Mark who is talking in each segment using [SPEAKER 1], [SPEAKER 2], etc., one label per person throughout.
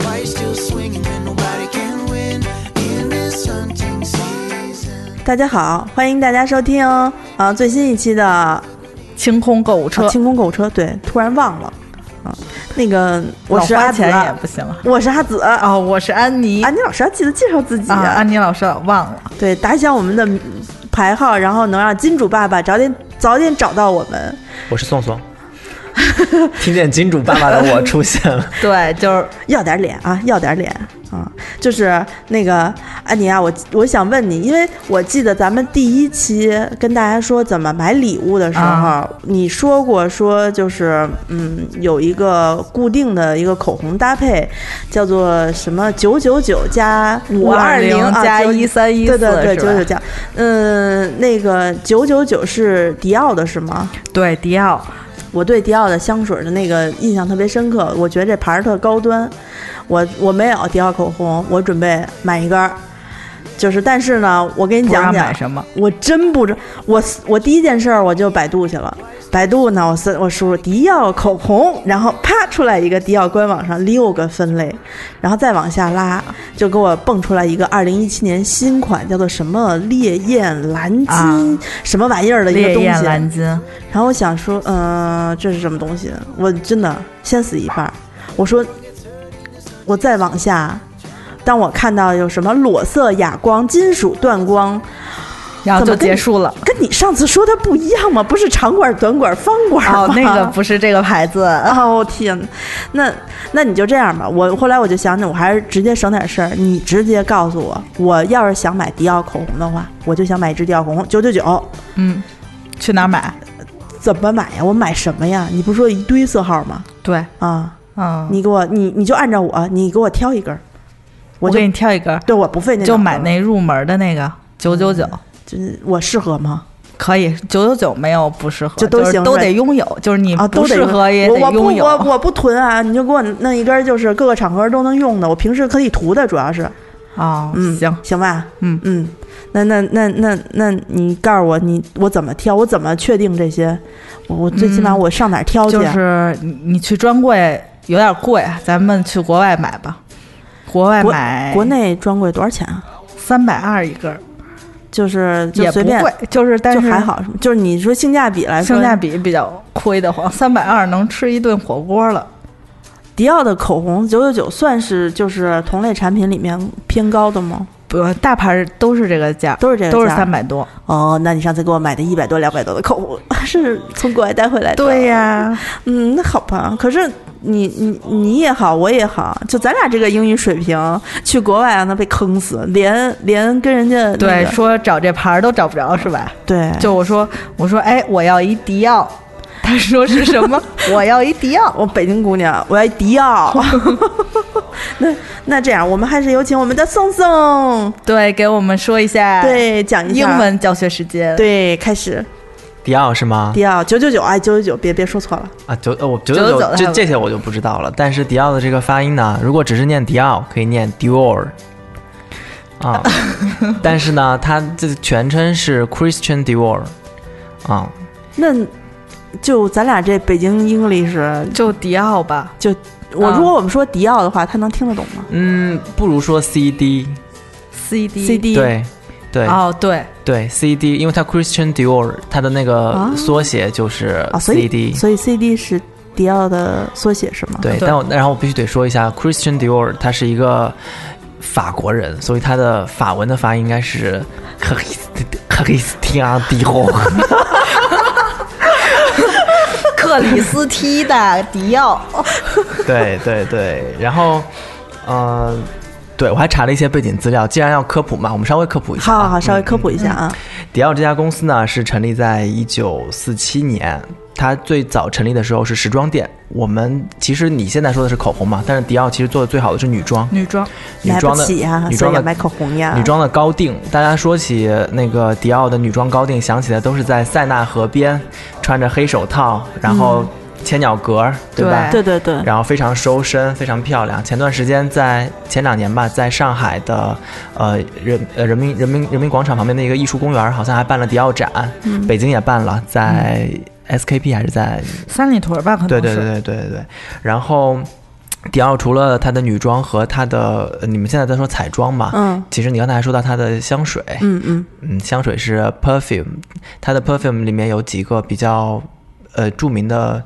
[SPEAKER 1] fight still swinging and nobody can win in this hunting season.
[SPEAKER 2] 大家好，欢迎大家收听啊、最新一期的啊
[SPEAKER 3] 清空购物车，
[SPEAKER 2] 清空购物车。对，突然忘了啊，那个我
[SPEAKER 3] 老
[SPEAKER 2] 是
[SPEAKER 3] 花
[SPEAKER 2] 阿紫啊
[SPEAKER 3] 钱，也不行了。
[SPEAKER 2] 我是阿紫。啊，
[SPEAKER 3] 哦，我是安妮
[SPEAKER 2] 安妮老师要记得介绍自己
[SPEAKER 3] 啊，安妮老师老忘了，
[SPEAKER 2] 对，打响我们的牌号，然后能让金主爸爸早点早点找到我们。
[SPEAKER 4] 我是宋宋。 听见金主爸爸的我出现 了，
[SPEAKER 3] 对，就是
[SPEAKER 2] 要点脸啊，要点脸啊！就是那个安妮啊，我我想问你，因为我记得咱们第一期跟大家说怎么买礼物的时候，
[SPEAKER 3] 啊
[SPEAKER 2] 你说过说就是嗯，有一个固定的一个口红搭配，叫做什么九九九加五二零啊
[SPEAKER 3] 520加1314
[SPEAKER 2] 对对对，
[SPEAKER 3] 是
[SPEAKER 2] 九
[SPEAKER 3] 吧
[SPEAKER 2] 九加，嗯，那个九九九是迪奥的是吗？
[SPEAKER 3] 对迪奥，
[SPEAKER 2] 我对迪奥的香水的那个印象特别深刻，我觉得这牌儿特高端。我我没有迪奥口红，我准备买一根儿，就是但是呢，我给你
[SPEAKER 3] 不知道
[SPEAKER 2] 讲
[SPEAKER 3] 买
[SPEAKER 2] 讲，
[SPEAKER 3] 什么，
[SPEAKER 2] 我真不知我我第一件事儿我就百度去了，百度呢我搜我输入迪奥口红，然后啪出来一个迪奥官网上六个分类，然后再往下拉就给我蹦出来一个二零一七年新款叫做什么烈焰蓝金、
[SPEAKER 3] 啊
[SPEAKER 2] 什么玩意儿的一个
[SPEAKER 3] 烈
[SPEAKER 2] 东西，
[SPEAKER 3] 焰蓝金，
[SPEAKER 2] 然后我想说，嗯、这是什么东西？我真的先死一半儿。我说，我再往下，当我看到有什么裸色、哑光、金属断光，
[SPEAKER 3] 然后
[SPEAKER 2] 怎
[SPEAKER 3] 就
[SPEAKER 2] 么跟
[SPEAKER 3] 结束 了。
[SPEAKER 2] 跟你上次说它不一样吗？不是长管、短管、方管吗？
[SPEAKER 3] 哦，那个不是这个牌子，
[SPEAKER 2] 哦天，那那你就这样吧。我后来我就想想，我还是直接省点事儿。你直接告诉我，我要是想买迪奥口红的话，我就想买一支迪奥口红，九九九。
[SPEAKER 3] 嗯，去哪儿买？
[SPEAKER 2] 怎么买呀？我买什么呀？你不是说一堆色号吗？
[SPEAKER 3] 对，
[SPEAKER 2] 啊，
[SPEAKER 3] 嗯，
[SPEAKER 2] 你给我，你你就按照我，你给我挑一根儿，
[SPEAKER 3] 我
[SPEAKER 2] 就
[SPEAKER 3] 给你挑一根儿，
[SPEAKER 2] 对我不费那嗯
[SPEAKER 3] 就
[SPEAKER 2] 脑子
[SPEAKER 3] 买
[SPEAKER 2] 了，
[SPEAKER 3] 那入门的那个九九九。
[SPEAKER 2] 就是我适合吗？
[SPEAKER 3] 可以，九九九没有不适合，
[SPEAKER 2] 就都
[SPEAKER 3] 是
[SPEAKER 2] 行
[SPEAKER 3] 都
[SPEAKER 2] 是吧
[SPEAKER 3] 得拥有，就是你
[SPEAKER 2] 啊，
[SPEAKER 3] 不
[SPEAKER 2] 都得
[SPEAKER 3] 适
[SPEAKER 2] 用
[SPEAKER 3] 合也得
[SPEAKER 2] 我我不
[SPEAKER 3] 拥有。
[SPEAKER 2] 我我不囤啊，你就给我弄一根儿，就是各个场合都能用的，我平时可以涂的，主要是，
[SPEAKER 3] 哦，
[SPEAKER 2] 嗯，
[SPEAKER 3] 行，
[SPEAKER 2] 行吧，
[SPEAKER 3] 嗯
[SPEAKER 2] 嗯，那那那那那你告诉我，你我怎么挑？我怎么确定这些？我我最起码
[SPEAKER 3] 嗯
[SPEAKER 2] 我上哪儿挑去？啊
[SPEAKER 3] 就是你你去专柜有点贵，咱们去国外买吧。国外
[SPEAKER 2] 国
[SPEAKER 3] 买
[SPEAKER 2] 国内专柜多少钱啊？
[SPEAKER 3] 三百二一根儿，
[SPEAKER 2] 就是就
[SPEAKER 3] 也
[SPEAKER 2] 随
[SPEAKER 3] 不
[SPEAKER 2] 便，
[SPEAKER 3] 贵，就是但
[SPEAKER 2] 就是还。好，是吗就是你说性价比来说，
[SPEAKER 3] 性价比比较亏得慌，三百二能吃一顿火锅了。
[SPEAKER 2] 迪奥的口红九九九算是就是同类产品里面偏高的吗？
[SPEAKER 3] 不，大牌儿都是这个价，
[SPEAKER 2] 都是这个
[SPEAKER 3] 都是
[SPEAKER 2] 价
[SPEAKER 3] 三百多。
[SPEAKER 2] 哦，那你上次给我买的一百多、两百多的口红 是从国外带回来的？
[SPEAKER 3] 对、呀、
[SPEAKER 2] 嗯，那好吧。可是你你你也好，我也好，就咱俩这个英语水平，去国外啊，那被坑死，连连跟人家、那个、
[SPEAKER 3] 对，说找这牌儿都找不着是吧？
[SPEAKER 2] 对，
[SPEAKER 3] 就我说，我说，哎，我要一迪奥， 他说是什 么？我要一迪奥。
[SPEAKER 2] 我北京姑娘，我要迪奥。 那那这样，我们还是有请我们的宋宋，
[SPEAKER 3] 对，给我们说一下，，
[SPEAKER 2] 对，讲一
[SPEAKER 3] 英
[SPEAKER 2] 下，
[SPEAKER 3] 文教学时间。
[SPEAKER 2] 对，开始。
[SPEAKER 4] 迪奥是吗？
[SPEAKER 2] 迪奥九九九，哎，九九九，别别说错了。
[SPEAKER 4] 啊，九呃我九
[SPEAKER 3] 九
[SPEAKER 4] 九
[SPEAKER 3] 九
[SPEAKER 4] 九
[SPEAKER 3] 还有
[SPEAKER 4] 这这些我就不知道了。但是迪奥的这个发音呢，如果只是念迪奥，可以念 Dior 啊，但是呢，它这全称是 Christian Dior 啊，
[SPEAKER 2] 那就咱俩这北京 English，
[SPEAKER 3] 就迪奥吧，
[SPEAKER 2] 我
[SPEAKER 3] 啊
[SPEAKER 2] 如果我们说迪奥的话，他能听得懂吗
[SPEAKER 4] 嗯，不如说 CD，
[SPEAKER 3] CD
[SPEAKER 2] ？CD
[SPEAKER 4] 对对
[SPEAKER 3] 哦，对，
[SPEAKER 4] 对 CD，因为它 Christian Dior 它的那
[SPEAKER 2] 啊
[SPEAKER 4] 个缩写就是
[SPEAKER 2] 啊，所以
[SPEAKER 4] CD，
[SPEAKER 2] 所以 CD 是迪奥的缩写是吗？
[SPEAKER 4] 对，
[SPEAKER 3] 对
[SPEAKER 4] 但我然后我必须得说一下，Christian Dior 他是一个法国人，所以他的法文的发音应该是 Christian Dior。
[SPEAKER 3] 克里斯蒂的迪奥。
[SPEAKER 4] 对对对，然后，嗯、对我还查了一些背景资料，既然要科普嘛，我们稍微科普一下
[SPEAKER 2] 好
[SPEAKER 4] 啊。
[SPEAKER 2] 好好，稍微
[SPEAKER 4] 嗯
[SPEAKER 2] 科普一下啊。
[SPEAKER 4] 迪奥这家公司呢是成立在一九四七年，它最早成立的时候是时装店。我们其实你现在说的是口红嘛，但是迪奥其实做的最好的是女装，
[SPEAKER 3] 女装，
[SPEAKER 4] 女
[SPEAKER 2] 买嗯不
[SPEAKER 4] 装的
[SPEAKER 2] 起呀，
[SPEAKER 4] 女
[SPEAKER 2] 啊所
[SPEAKER 4] 装
[SPEAKER 2] 以
[SPEAKER 4] 的
[SPEAKER 2] 要买口红呀。
[SPEAKER 4] 女装的高定，大家说起那个迪奥的女装高定，想起的都是在塞纳河边，穿着黑手套，然后千鸟格儿，对吧？
[SPEAKER 2] 对对对，
[SPEAKER 4] 然后非常收身，非常漂亮。前段时间在前两年吧，在上海的呃人呃人民人民人民广场旁边的一个艺术公园，好像还办了迪奥展，北京也办了，在 SKP 还是在
[SPEAKER 2] 啊
[SPEAKER 3] 三里屯吧，可能
[SPEAKER 4] 对
[SPEAKER 3] 是。
[SPEAKER 4] 对对对对对。然后迪奥除了它的女装和它的，呃你们现在在说彩妆嘛？
[SPEAKER 2] 嗯
[SPEAKER 4] 其实你刚才还说到它的香水，
[SPEAKER 2] 嗯嗯
[SPEAKER 4] 嗯，香水是 perfume，它的 perfume 里面有几个比较呃著名的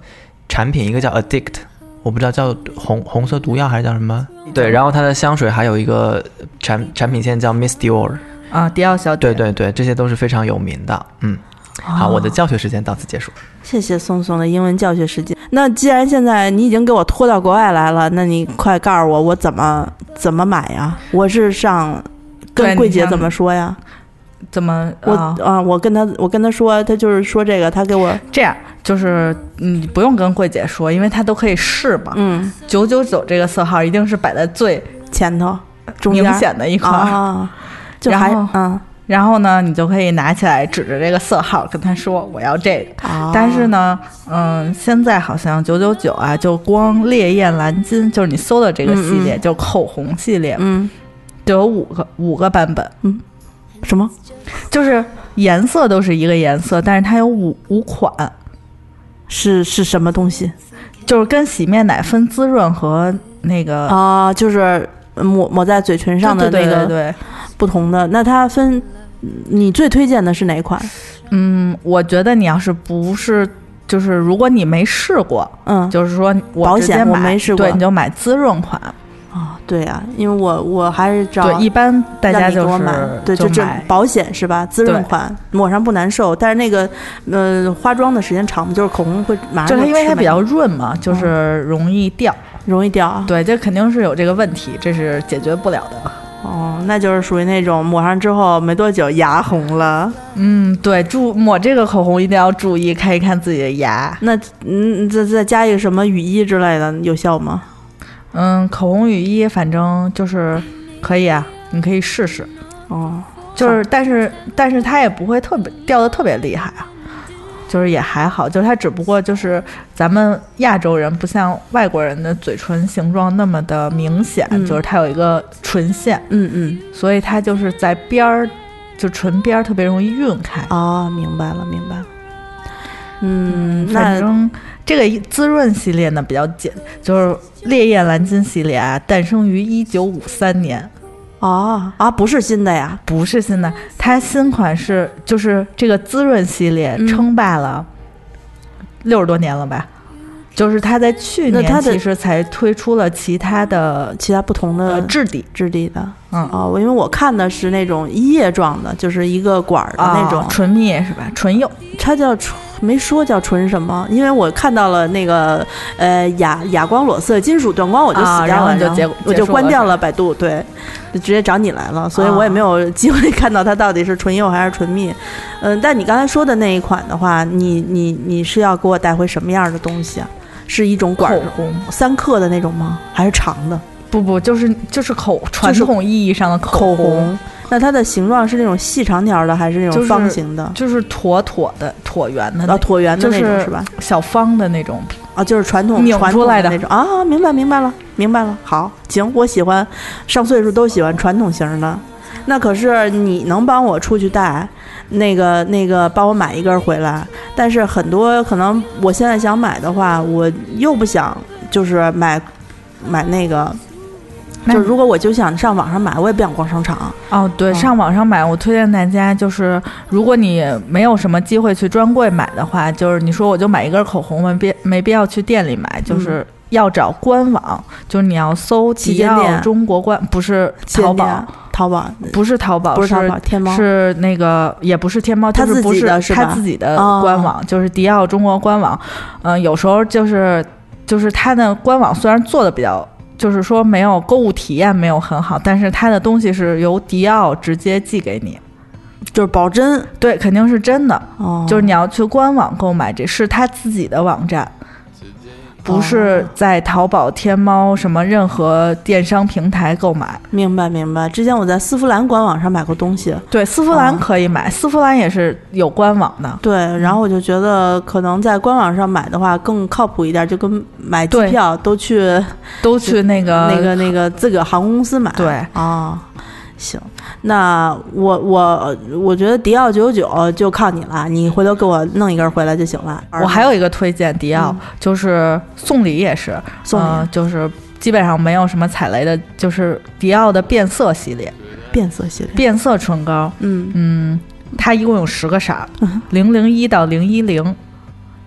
[SPEAKER 4] 产品，一个叫 addict，我不知道叫红红色毒药还是叫什么，对，然后它的香水还有一个产产品线叫 Miss Dior，
[SPEAKER 3] 啊，迪奥小姐，
[SPEAKER 4] 对对对，这些都是非常有名的，嗯。
[SPEAKER 2] 哦
[SPEAKER 4] 好，我的教学时间到此结束。
[SPEAKER 2] 谢谢松松的英文教学时间。那既然现在你已经给我拖到国外来了，那你快告诉我我怎么怎么买呀？我是上
[SPEAKER 3] 对
[SPEAKER 2] 跟
[SPEAKER 3] 你
[SPEAKER 2] 柜姐
[SPEAKER 3] 上
[SPEAKER 2] 怎么说呀？
[SPEAKER 3] 怎么
[SPEAKER 2] 我
[SPEAKER 3] 啊
[SPEAKER 2] 啊，我跟她我跟她说，她就是说这个，她给我
[SPEAKER 3] 这样就是你不用跟柜姐说，因为她都可以试嘛。
[SPEAKER 2] 嗯
[SPEAKER 3] 九九九这个色号一定是摆在最
[SPEAKER 2] 前头中间
[SPEAKER 3] 明显的一块儿，哦
[SPEAKER 2] 啊，就还
[SPEAKER 3] 然后
[SPEAKER 2] 嗯
[SPEAKER 3] 然后呢，你就可以拿起来指着这个色号跟她说我要这个。
[SPEAKER 2] 啊，
[SPEAKER 3] 但是呢，嗯，现在好像九九九啊，就光烈焰蓝金，就是你搜的这个系列，就口红系列，
[SPEAKER 2] 嗯
[SPEAKER 3] 就有五个五个版本，
[SPEAKER 2] 什么
[SPEAKER 3] 就是颜色都是一个颜色，但是它有五五款，
[SPEAKER 2] 是是什么东西
[SPEAKER 3] 就是跟洗面奶分滋润和那个
[SPEAKER 2] 啊？就是抹抹在嘴唇上的
[SPEAKER 3] 对
[SPEAKER 2] 那
[SPEAKER 3] 对对
[SPEAKER 2] 个
[SPEAKER 3] 对，
[SPEAKER 2] 不同的，那它分。你最推荐的是哪款？
[SPEAKER 3] 嗯，我觉得你要是不是就是如果你没试过，
[SPEAKER 2] 嗯，
[SPEAKER 3] 就是说我
[SPEAKER 2] 保
[SPEAKER 3] 直接
[SPEAKER 2] 险我
[SPEAKER 3] 买，
[SPEAKER 2] 没试过
[SPEAKER 3] 对，你就买滋润款。
[SPEAKER 2] 啊，对呀、因为我我还是找
[SPEAKER 3] 对，一般大
[SPEAKER 2] 让
[SPEAKER 3] 家
[SPEAKER 2] 你给
[SPEAKER 3] 就
[SPEAKER 2] 我
[SPEAKER 3] 是
[SPEAKER 2] 买，对，
[SPEAKER 3] 就
[SPEAKER 2] 这
[SPEAKER 3] 买
[SPEAKER 2] 保险是吧？滋润
[SPEAKER 3] 对
[SPEAKER 2] 款抹上不难受，但是那个呃化妆的时间长嘛，就是口红会马上
[SPEAKER 3] 就它，因为
[SPEAKER 2] 吃嗯
[SPEAKER 3] 它
[SPEAKER 2] 没
[SPEAKER 3] 比较润嘛，就是容易掉。
[SPEAKER 2] 容易掉啊。
[SPEAKER 3] 对，这肯定是有这个问题，这是解决不了的。
[SPEAKER 2] 哦，那就是属于那种抹上之后没多久牙红了。
[SPEAKER 3] 嗯，对，注抹这个口红一定要注意看一看自己的牙。
[SPEAKER 2] 那嗯，再再加一个什么雨衣之类的，有效吗？
[SPEAKER 3] 嗯，口红雨衣反正就是可以啊，你可以试试。
[SPEAKER 2] 哦，
[SPEAKER 3] 就是，但是但是它也不会特别掉的特别厉害啊，就是也还好，就是它只不过就是咱们亚洲人不像外国人的嘴唇形状那么的明显，
[SPEAKER 2] 嗯
[SPEAKER 3] 就是它有一个唇线，
[SPEAKER 2] 嗯嗯，
[SPEAKER 3] 所以它就是在边儿，就唇边儿特别容易晕开。
[SPEAKER 2] 哦，明白了，明白了。嗯，
[SPEAKER 3] 反
[SPEAKER 2] 那
[SPEAKER 3] 正这个滋润系列呢比较简，就是烈焰蓝金系列啊，诞生于一九五三年，
[SPEAKER 2] 哦啊，不是新的呀。
[SPEAKER 3] 不是新的，它新款是就是这个滋润系列
[SPEAKER 2] 嗯
[SPEAKER 3] 称霸了六十多年了吧？就是它在去
[SPEAKER 2] 那它
[SPEAKER 3] 年
[SPEAKER 2] 的
[SPEAKER 3] 其实才推出了其他的
[SPEAKER 2] 其他不同
[SPEAKER 3] 呃
[SPEAKER 2] 的
[SPEAKER 3] 质地
[SPEAKER 2] 质地的，
[SPEAKER 3] 嗯
[SPEAKER 2] 哦，我因为我看的是那种一液状的，就是一个管儿的
[SPEAKER 3] 啊
[SPEAKER 2] 那种，
[SPEAKER 3] 唇蜜是吧？唇釉
[SPEAKER 2] 它叫纯没说叫纯什么，因为我看到了那个呃哑哑光裸色金属断光，我就
[SPEAKER 3] 啊
[SPEAKER 2] 死
[SPEAKER 3] 然
[SPEAKER 2] 掉
[SPEAKER 3] 后
[SPEAKER 2] 了，
[SPEAKER 3] 你就
[SPEAKER 2] 然后
[SPEAKER 3] 结果
[SPEAKER 2] 我
[SPEAKER 3] 结
[SPEAKER 2] 就
[SPEAKER 3] 束
[SPEAKER 2] 关
[SPEAKER 3] 了
[SPEAKER 2] 掉
[SPEAKER 3] 是吧
[SPEAKER 2] 了百度，对，就直接找你来了，所以我也
[SPEAKER 3] 啊
[SPEAKER 2] 没有机会看到它到底是唇釉还是唇蜜。嗯、但你刚才说的那一款的话，你你你是要给我带回什么样的东西啊？是一种管
[SPEAKER 3] 口
[SPEAKER 2] 儿
[SPEAKER 3] 红
[SPEAKER 2] 三克的那种吗？还是长的
[SPEAKER 3] 不不就是就是口传
[SPEAKER 2] 是
[SPEAKER 3] 统意义上的
[SPEAKER 2] 口
[SPEAKER 3] 口
[SPEAKER 2] 红？那它的形状是那种细长条的，还是那
[SPEAKER 3] 就
[SPEAKER 2] 种
[SPEAKER 3] 是
[SPEAKER 2] 方形的？
[SPEAKER 3] 就是椭椭的椭圆的那
[SPEAKER 2] 啊，椭圆的
[SPEAKER 3] 就
[SPEAKER 2] 那种
[SPEAKER 3] 是
[SPEAKER 2] 是吧？
[SPEAKER 3] 小方的那种，
[SPEAKER 2] 啊，就是传统
[SPEAKER 3] 拧
[SPEAKER 2] 传
[SPEAKER 3] 出
[SPEAKER 2] 统
[SPEAKER 3] 来的
[SPEAKER 2] 那种啊，明白明白了，明白了。好，行，我喜欢上岁数都喜欢传统型的。那可是你能帮我出去带，那个那个帮我买一根回来，但是很多可能我现在想买的话，我又不想就是买买那个，
[SPEAKER 3] 那
[SPEAKER 2] 就是如果我就想上网上买，我也不想逛商场。
[SPEAKER 3] 哦，对，
[SPEAKER 2] 嗯
[SPEAKER 3] 上网上买，我推荐大家就是，如果你没有什么机会去专柜买的话，就是你说我就买一根口红，没必没必要去店里买，就是要找官网，就是你要搜
[SPEAKER 2] 嗯旗
[SPEAKER 3] 迪
[SPEAKER 2] 舰
[SPEAKER 3] 奥
[SPEAKER 2] 店
[SPEAKER 3] 中国官，不是淘
[SPEAKER 2] 限
[SPEAKER 3] 宝
[SPEAKER 2] 量，，淘宝
[SPEAKER 3] 不是淘宝，
[SPEAKER 2] 不是淘宝，天猫
[SPEAKER 3] 是那个也不是天猫，
[SPEAKER 2] 他
[SPEAKER 3] 就
[SPEAKER 2] 自
[SPEAKER 3] 是不
[SPEAKER 2] 己的是
[SPEAKER 3] 是他
[SPEAKER 2] 吧
[SPEAKER 3] 自己的
[SPEAKER 2] 哦
[SPEAKER 3] 官网，就是迪奥中国官网。嗯、有时候就是就是它的官网虽然做的比较，就是说没有购物体验没有很好，但是它的东西是由迪奥直接寄给你，
[SPEAKER 2] 就是保真
[SPEAKER 3] 对，肯定是真的。
[SPEAKER 2] 哦，
[SPEAKER 3] 就是你要去官网购买，这是他自己的网站。不
[SPEAKER 2] 哦
[SPEAKER 3] 是在淘宝、天猫什么任何电商平台购买，
[SPEAKER 2] 明白明白。之前我在丝芙兰官网上买过东西，
[SPEAKER 3] 对，丝芙
[SPEAKER 2] 哦
[SPEAKER 3] 兰可以买，丝芙兰也是有官网的，
[SPEAKER 2] 对，然后我就觉得可能在官网上买的话更靠谱一点，就跟买机
[SPEAKER 3] 对
[SPEAKER 2] 票都去
[SPEAKER 3] 都去那个
[SPEAKER 2] 那个那个自个儿航空公司买。
[SPEAKER 3] 呃对
[SPEAKER 2] 啊、行，那我我我觉得迪奥九九九就靠你了，你回头给我弄一根回来就行了。
[SPEAKER 3] 我还有一个推荐迪奥，就是送礼也是，
[SPEAKER 2] 嗯送礼
[SPEAKER 3] 呃就是基本上没有什么踩雷的，就是迪奥的变色系列，
[SPEAKER 2] 变色系列，
[SPEAKER 3] 变色唇膏，
[SPEAKER 2] 嗯
[SPEAKER 3] 嗯，它一共有十个色儿
[SPEAKER 2] 嗯哼，
[SPEAKER 3] 零零一到零一零。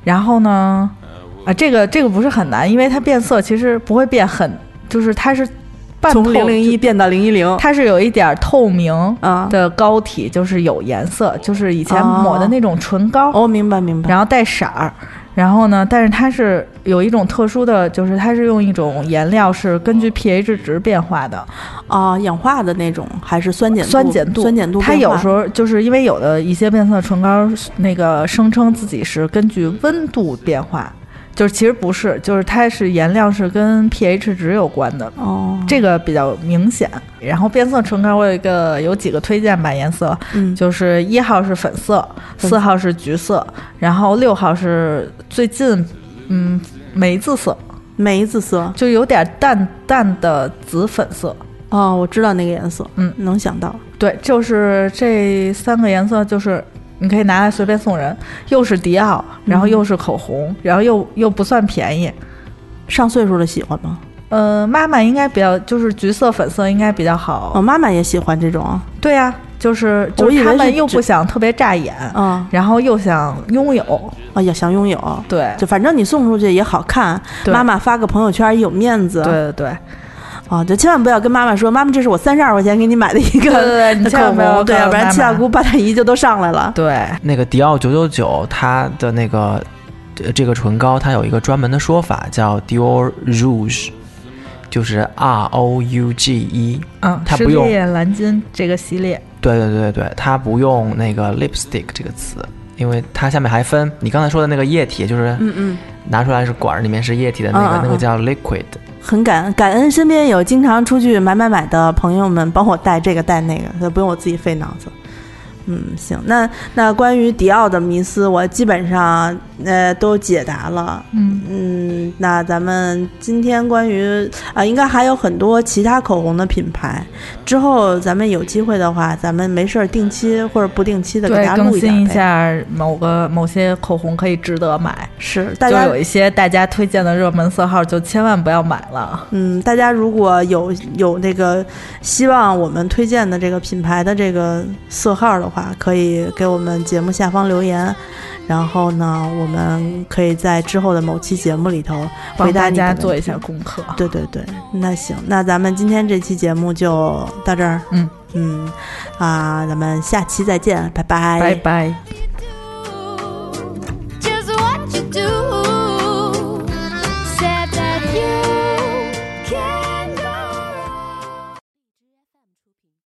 [SPEAKER 3] 然后呢，啊，这个这个不是很难，因为它变色其实不会变很，就是它是半透
[SPEAKER 2] 从零零一，变到零一零
[SPEAKER 3] 它是有一点透明
[SPEAKER 2] 啊。
[SPEAKER 3] 的膏体，就是有颜色，就是以前抹的那种唇膏，
[SPEAKER 2] 哦，明白明白。
[SPEAKER 3] 然后带色儿。然后呢，但是它是有一种特殊的，就是它是用一种颜料是根据 pH 值变化的，
[SPEAKER 2] 啊，氧化的那种还是酸碱
[SPEAKER 3] 酸碱
[SPEAKER 2] 酸碱度变化。
[SPEAKER 3] 它有时候就是因为有的一些变色唇膏，那个声称自己是根据温度变化，就是其实不是，就是它是颜料是跟 pH 值有关的，
[SPEAKER 2] 哦，
[SPEAKER 3] 这个比较明显。然后变色唇膏我有一个有几个推荐吧，颜色
[SPEAKER 2] 嗯
[SPEAKER 3] 就是一号是粉色，
[SPEAKER 2] 粉
[SPEAKER 3] 四号是橘色，然后六号是最近嗯梅子色，
[SPEAKER 2] 梅子色
[SPEAKER 3] 就有点淡淡的紫粉色。
[SPEAKER 2] 哦，我知道那个颜色，
[SPEAKER 3] 嗯
[SPEAKER 2] 能想到。
[SPEAKER 3] 对，就是这三个颜色，就是你可以拿来随便送人，又是迪奥，然后又是口红，然后又又不算便宜。
[SPEAKER 2] 上岁数的喜欢吗？
[SPEAKER 3] 呃，妈妈应该比较，就是橘色、粉色应该比较好。
[SPEAKER 2] 哦，妈妈也喜欢这种啊。
[SPEAKER 3] 对呀、就是嗯
[SPEAKER 2] 我
[SPEAKER 3] 就
[SPEAKER 2] 以为
[SPEAKER 3] 他们
[SPEAKER 2] 是
[SPEAKER 3] 又
[SPEAKER 2] 只
[SPEAKER 3] 不想特别扎眼，
[SPEAKER 2] 啊
[SPEAKER 3] 然后又想拥有。
[SPEAKER 2] 啊，也想拥有。
[SPEAKER 3] 对，
[SPEAKER 2] 就反正你送出去也好看，
[SPEAKER 3] 对
[SPEAKER 2] 妈妈发个朋友圈也有面子。
[SPEAKER 3] 对对对，
[SPEAKER 2] 啊，就千万不要跟妈妈说，妈妈这是我三十二块钱给你买的一个
[SPEAKER 3] 对对对你
[SPEAKER 2] 口
[SPEAKER 3] 千万
[SPEAKER 2] 红，
[SPEAKER 3] 不要
[SPEAKER 2] 对，
[SPEAKER 3] 告诉
[SPEAKER 2] 要不然
[SPEAKER 3] 妈
[SPEAKER 2] 七大
[SPEAKER 3] 妈
[SPEAKER 2] 姑八大姨就都上来了。
[SPEAKER 3] 对，
[SPEAKER 4] 那个迪奥九九九，它的那个呃这个唇膏，它有一个专门的说法叫 Dior Rouge，就是 R O U G E。
[SPEAKER 3] 嗯，
[SPEAKER 4] 它
[SPEAKER 3] 实
[SPEAKER 4] 不
[SPEAKER 3] 力
[SPEAKER 4] 用
[SPEAKER 3] 蓝金这个系列，
[SPEAKER 4] 对对对对，它不用那个 lipstick 这个词，因为它下面还分你刚才说的那个液体，就是
[SPEAKER 2] 嗯嗯，
[SPEAKER 4] 拿出来是管儿，里面是液体的那个，
[SPEAKER 2] 嗯嗯
[SPEAKER 4] 那
[SPEAKER 2] 嗯
[SPEAKER 4] 个叫 liquid。
[SPEAKER 2] 很感感恩身边有经常出去买买买的朋友们帮我带这个带那个，就不用我自己费脑子。嗯，行，那那关于迪奥的迷思，我基本上呃都解答了。
[SPEAKER 3] 嗯，
[SPEAKER 2] 嗯，那咱们今天关于啊、应该还有很多其他口红的品牌，之后咱们有机会的话，咱们没事儿定期或者不定期的给
[SPEAKER 3] 对，
[SPEAKER 2] 大家
[SPEAKER 3] 更
[SPEAKER 2] 录
[SPEAKER 3] 新
[SPEAKER 2] 一
[SPEAKER 3] 一
[SPEAKER 2] 下呗。
[SPEAKER 3] 下某个某些口红可以值得买。
[SPEAKER 2] 是，大
[SPEAKER 3] 就
[SPEAKER 2] 家
[SPEAKER 3] 有一些大家推荐的热门色号，就千万不要买了。
[SPEAKER 2] 嗯，大家如果有有那个希望我们推荐的这个品牌的这个色号的话，可以给我们节目下方留言，然后呢，我们可以在之后的某期节目里头回
[SPEAKER 3] 帮
[SPEAKER 2] 答
[SPEAKER 3] 大
[SPEAKER 2] 你的
[SPEAKER 3] 家
[SPEAKER 2] 问题
[SPEAKER 3] 做一下。功课。
[SPEAKER 2] 对对对，那行，那咱们今天这期节目就到这儿。
[SPEAKER 3] 嗯
[SPEAKER 2] 嗯，啊，咱们下期再见，拜
[SPEAKER 3] 拜拜。